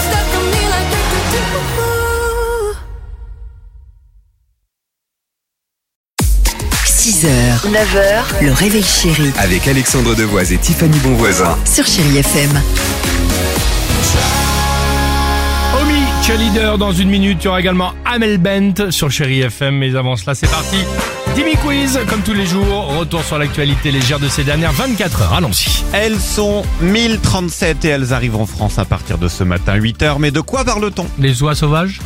stuck on me like do, do, do, do. 6h, 9h, le réveil chéri Avec Alexandre Devoise et Tiffany Bonvoisin. sur Chérie FM. Omi, cheerleader dans une minute. Il y aura également Amel Bent sur Chéri FM. Mais avant cela, c'est parti. Dimi Quiz, comme tous les jours, retour sur l'actualité légère de ces dernières 24 heures. Allons-y. Elles sont 1037 et elles arrivent en France à partir de ce matin 8h. Mais de quoi parle-t-on Les oies sauvages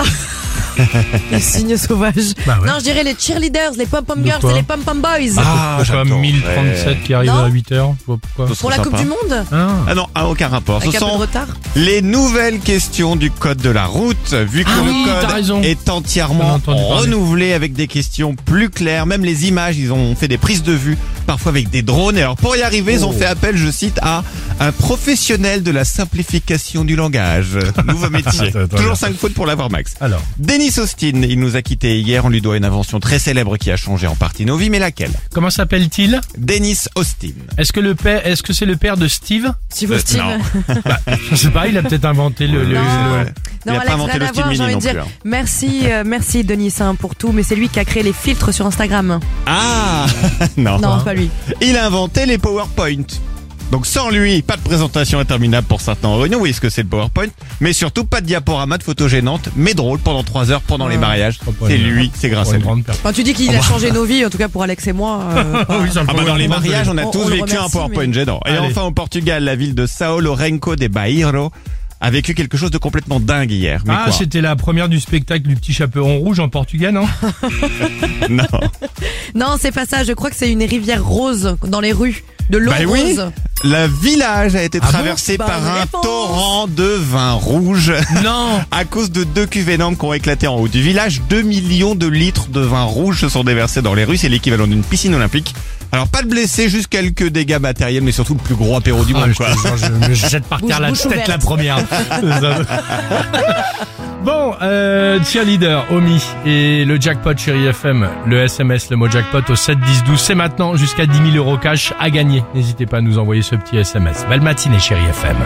Les signes sauvages. Bah ouais. Non, je dirais les cheerleaders, les pom-pom De girls quoi et les pom-pom boys. Ah, Pourquoi j'attends, 1037 ouais. qui arrive Non. à 8 heures Je vois pourquoi. Ce serait Pour la Coupe sympa. du Monde Ah. Ah non, ah, aucun rapport. Avec ce un peu de sont retard. les nouvelles questions du code de la route. Vu que Ah le oui, t'as raison. code est J'en ai entièrement entendu parler. renouvelé avec des questions plus claires. Même les images, ils ont fait des prises de vue, parfois avec des drones. Et alors pour y arriver, Oh. ils ont fait appel, je cite, à un professionnel de la simplification du langage. Nouveau métier. Attends, attends, Toujours attends. 5 fautes pour l'avoir, Max. Alors, Denis Austin, il nous a quittés hier, on lui doit une invention très célèbre qui a changé en partie nos vies, mais laquelle comment s'appelle-t-il Denis Austin. Est-ce que le père, est-ce que c'est le père de Steve Si vous Euh, style. non. Je sais pas, il a peut-être inventé le. Non. le- le- Il a Non, pas Alex, inventé rien le à style voir, j'ai mini envie non de plus. hein. dire. Merci, euh, merci Denis hein, pour tout, mais c'est lui qui a créé les filtres sur Instagram. Ah Non. Non, c'est pas lui. Il a inventé les PowerPoint. Donc sans lui, pas de présentation interminable pour certains en réunion, oui, est-ce que c'est le PowerPoint Mais surtout pas de diaporama de photos gênantes, mais drôle pendant 3 heures pendant les mariages. Oh, pas C'est une- lui, c'est grâce pour à une lui. grande personne. Enfin, tu dis qu'il a changé nos vies, en tout cas pour Alex et moi. euh, Ah oui, ça, le Ah bah problème, dans les on va mariages, on a On- tous on le vécu un remercie, PowerPoint mais- gênant. Et Allez. enfin au Portugal, la ville de São Lourenço de Bairro a vécu quelque chose de complètement dingue hier. Mais Ah, quoi c'était la première du spectacle du petit chaperon rouge en portugais, non Non. Non, c'est pas ça. Je crois que c'est une rivière rose dans les rues de l'eau Bah oui. rose. Le village a été Ah bon traversé Bonne par un réponse. torrent de vin rouge. Non À cause de deux cuves énormes qui ont éclaté en haut du village, 2 millions de litres de vin rouge se sont déversés dans les rues. C'est l'équivalent d'une piscine olympique. Alors pas de blessés, juste quelques dégâts matériels, mais surtout le plus gros apéro du Ah, monde. je, Quoi. te jure, je me jette par Bouche- terre la bouche tête ouverte. la première. C'est ça. bon, euh, cheerleader, Omi et le jackpot chérie FM. Le SMS, le mot jackpot au 7 10 12. C'est maintenant jusqu'à 10 000 euros cash à gagner. N'hésitez pas à nous envoyer ce petit SMS. Belle matinée chérie FM.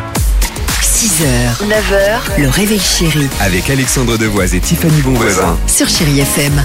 6h, 9h, le réveil chéri Avec Alexandre Devoise et Tiffany Bonvoisin. sur Chérie FM.